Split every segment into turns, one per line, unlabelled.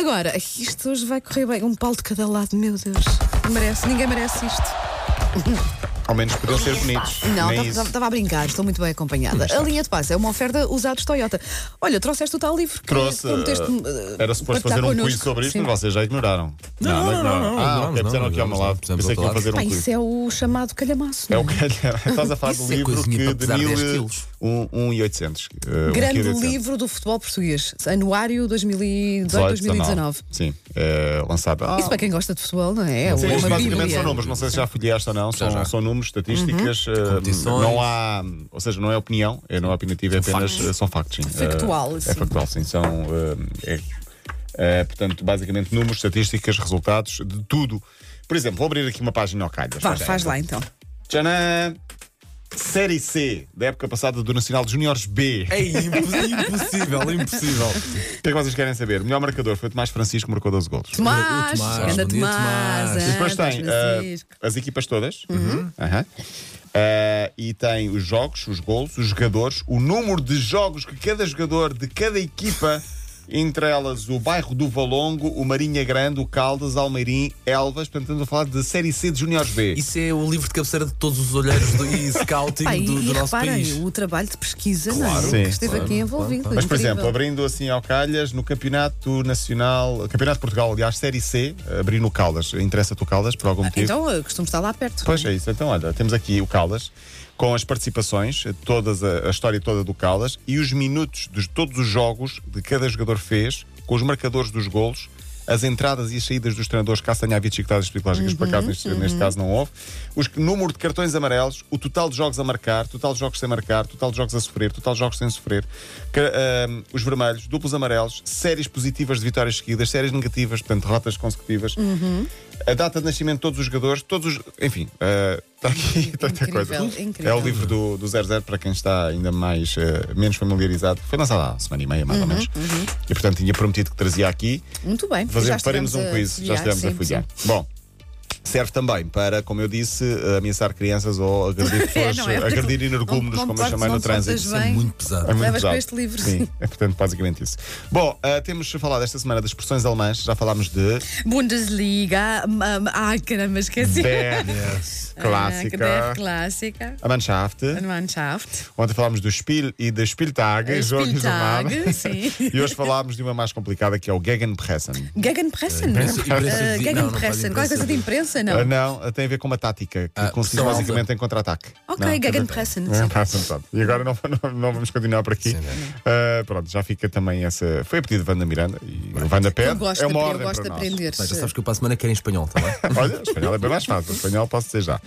Agora, isto hoje vai correr bem. Um pau de cada lado, meu Deus. Merece, ninguém merece isto.
Ao menos podiam ser bonitos.
Não, tá-
Nem isso. tá.
estava a brincar, estou muito bem acompanhada. A linha de passe é uma oferta usados Toyota. Olha, trouxeste o tal livro que
Trouxe,
prometeste-me, eh,
Era suposto
partilhar
fazer um
connosco.
quiz sobre isto,
Sim.
mas vocês já ignoraram.
Não, não,
ignoraram.
não, não,
Ah,
não,
ok,
não,
disseram aqui ao
não,
meu lado.
fizemos
Pensei que iam
outro
fazer um
Pá,
quiz.
isso é o chamado calhamaço.
É
não
o que Estás a falar do
Isso é
livro
coisinha
que
para
de
pesar 10
mil
quilos.
um- um e 800. eh, um
Grande
quilo e 800.
livro do futebol português, anuário 2018-2019.
Sim, eh, lançado. Ah,
Isso para quem gosta de futebol, não é?
Sim,
é uma
isto basicamente são
bíblia. Uhum.
números, não sei se já folheaste ou não, são,
já.
são números, estatísticas, eh,
Competições.
não há, ou seja, não é opinião, eh, não é opinativo, é apenas
factos.
eh, são factos. Sim.
Factual,
Eh,
sim.
É factual, sim. São, eh, é, eh, portanto, basicamente números, estatísticas, resultados, de tudo. Por exemplo, vou abrir aqui uma página ao calhas.
Vá, faz lá então.
Tchanã! Série C, da época passada do Nacional de Júniores B.
É impossível, impossível.
O que é que vocês querem saber? O melhor marcador foi Tomás Francisco, marcou 12 golos.
Tomás,
Tomás,
anda
bom dia,
Tomás.
Tomás.
E depois
anda,
tem
Francisco. Uhum.
ah, as equipas todas Uhum. Aham. Ah, e tem os jogos, os gols, os jogadores, o número de jogos que cada jogador de cada equipa, entre elas o bairro do Valongo, o Marinha Grande, o Caldas, Almeirim, Elvas, portanto estamos a falar de Série C de Juniores B.
Isso é o livro de cabeceira de todos os olheiros do, e scouting
Pá, e,
do, do
e
nosso
reparem,
país.
o trabalho de pesquisa não é?
Claro,
sim,
que esteve
claro,
aqui envolvido.
claro.
Mas, por
é incrível.
exemplo, abrindo assim ao Calhas, no Campeonato Nacional, Campeonato de Portugal, aliás, Série C, abri no Caldas. Interessa-te o Caldas, por algum motivo?
Então, eu costumo estar lá perto.
Pois é isso. Então, olha, temos aqui o Caldas, com as participações, todas a, a história toda do Caldas e os minutos de todos os jogos de cada jogador fez, com os marcadores dos golos, as entradas e as saídas dos treinadores, caso tenha havido chictadas psicológicas, por acaso neste, neste caso não houve, os, o número de cartões amarelos, o total de jogos a marcar, total de jogos sem marcar, total de jogos a sofrer, total de jogos sem sofrer, ca- ahm, os vermelhos, duplos amarelos, séries positivas de vitórias seguidas, séries negativas, portanto, derrotas consecutivas a data de nascimento de todos os jogadores, todos os. Enfim, eh, está aqui tanta
Incrível,
coisa.
incrível.
É o livro do, do 00 para quem está ainda mais eh, menos familiarizado. Foi lançado há uma semana e meia, mais
Uhum,
ou menos. E portanto tinha prometido que trazia aqui.
Muito bem. já
Fazer,
estivemos
faremos um
a
quiz,
folhear,
já estivemos a
sim,
folhear.
sim.
Bom. Serve também para, como eu disse, eh, ameaçar crianças ou agredir pessoas,
não é?
agredir energúmenos,
Não- não
como
te
eu chamei no
portas- não te
trânsito.
portas
É
bem.
muito pesado.
É muito
Levas com
pesado.
este livro, sim.
Sim, é portanto basicamente isso. Bom, eh, temos falado esta semana das expressões alemãs, já falámos de
Bundesliga, ah, caramba, esqueci.
Der
Ah, der
Clássica,
clássica.
a Mannschaft.
A Mannschaft.
Ontem falámos do Spiel e da Spieltag, jogo e
É, Spieltag,
jornada.
sim.
E hoje falámos de uma mais complicada que é o Gegenpressen.
Gegenpressen.
Imprensa- imprensa
Ah,
de- não, não faz
Gegenpressen. Qual é a coisa de imprensa? Não.
Ah, Não, tem a ver com uma tática que
Ah,
consiste
pressão alta.
basicamente em contra-ataque.
Ok,
Não?
Gegenpressen.
Ah,
sim.
passa-me, pronto. E agora não, não- não vamos continuar por aqui. Ah, pronto, já fica também essa. Foi a pedido de Wanda Miranda e Wanda Pé.
Eu gosto,
É
de-
uma
eu
ordem
gosto de
para nós.
aprender.
Mas já sabes que eu para a semana quero em espanhol tá também.
Olha, espanhol é bem mais fácil. Espanhol posso dizer já.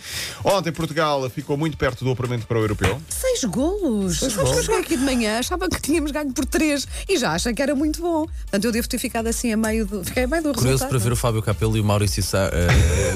Ontem Portugal ficou muito perto do apuramento para o europeu.
Seis golos! Sabes que eu cheguei aqui de manhã, achava que tínhamos ganho por três e já achei que era muito bom. Portanto, eu devo ter ficado assim a meio do. Fiquei a meio do
Curioso
resultado.
para ver o Fábio Capello e o Maurício Sá, eh,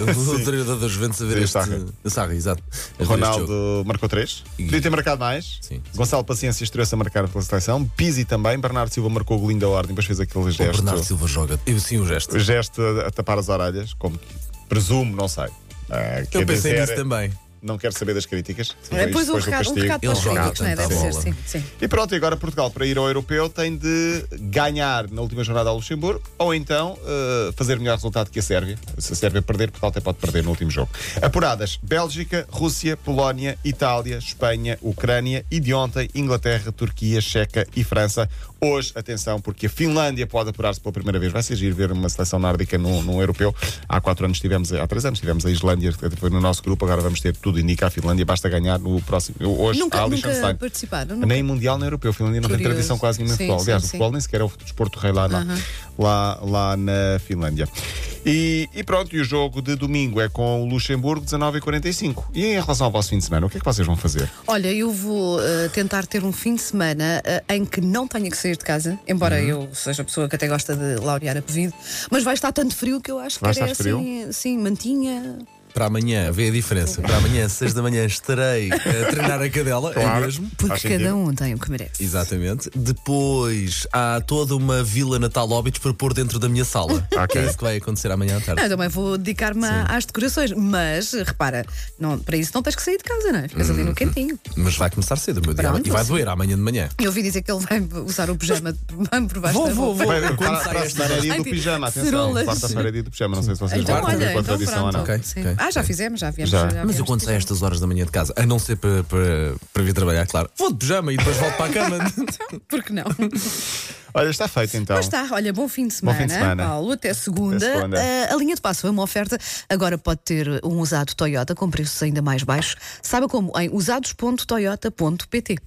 o treinador da Juventus a ver
Sim,
este.
Sarri.
Sarri, exato. A ver este jogo.
Ronaldo marcou 3.
E-
Podia ter marcado mais.
Sim.
Gonçalo Paciência estreou-se a marcar pela seleção. Pizzi também. Bernardo Silva marcou o golinho da ordem, depois fez aquele
O
gesto.
Bernardo Silva joga. Eu sim, o gesto.
O gesto a, a tapar as orelhas, como que presumo, não sei. Ah, quer
Eu pensei
dizer,
nisso também.
Não quero saber das críticas.
É, Depois um
Depois do
recado, um
castigo.
recado para os
Ele joga
críticos, não é?
tanto à
Deve ser,
bola.
sim. sim.
E pronto, e agora Portugal, para ir ao europeu, tem de ganhar na última jornada ao Luxemburgo ou então eh, fazer melhor resultado que a Sérvia. Se a Sérvia perder, Portugal até pode perder no último jogo. Apuradas: Bélgica, Rússia, Polónia, Itália, Espanha, Ucrânia e de ontem Inglaterra, Turquia, Checa e França. Hoje, atenção, porque a Finlândia pode apurar-se pela primeira vez. Vai ser giro ver uma seleção nórdica num, num europeu. Há quatro anos tivemos, há três anos tivemos a Islândia, que foi no nosso grupo, agora vamos ter tudo indica a Finlândia, basta ganhar no próximo. Hoje,
Nunca,
há
nunca
Liechtenstein.
participaram.
Nem mundial, nem europeu. A Finlândia não tem
Curioso.
tradição quase nenhuma
Sim,
de futebol.
sim,
Aliás,
sim.
o futebol nem sequer é o desporto rei lá, na- lá, lá na Finlândia. E, e pronto, e o jogo de domingo é com o Luxemburgo, 19h45. E em relação ao vosso fim de semana, o que é que vocês vão fazer?
Olha, eu vou eh, tentar ter um fim de semana eh, em que não tenha que sair de casa, embora eu seja a pessoa que até gosta de laurear a pedido, mas vai estar tanto frio que eu acho que
Vai
era
estar frio?
assim, sim, mantinha.
para amanhã, vê a diferença. Para amanhã, às 6 da manhã, estarei a treinar a cadela, é
Claro.
mesmo.
Porque
Faz sentido.
cada um tem o que merece.
Exatamente. Depois há toda uma vila Natal Óbitos para pôr dentro da minha sala. Que
Ok.
é isso que vai acontecer amanhã à
Não, eu
tarde.
também vou dedicar-me a- às decorações, mas repara, não, para isso não tens que sair de casa, não é? Ficas ali no cantinho.
Mas vai começar cedo o meu dia.
Pronto.
E vai doer amanhã de manhã.
Eu ouvi dizer que ele vai usar o pijama de- por baixo da roupa.
Vai,
Quando
para,
sai
para a
esta-
semana é dia
Ai,
do
tipo,
pijama, atenção.
cerolas.
Quarta-feira é dia do pijama, não sei se vocês
Então,
guardam
olha,
com a
então
tradição ou
pronto.
não.
Ok,
Sim.
ok.
Ah, já fizemos, já viemos.
Já.
Mas eu
viemos
quando
pijama.
saio a estas horas da manhã de casa, a não ser para, para, para vir trabalhar, claro, vou de pijama e depois volto para a cama.
Por que não?
Olha, está feito então.
Mas está, olha, bom fim de
Bom
semana,
fim de semana.
Paulo, até segunda.
Até segunda.
Ah, a linha de passo foi uma oferta, agora pode ter um usado Toyota com preços ainda mais baixos. Saiba como em usados.toyota.pt.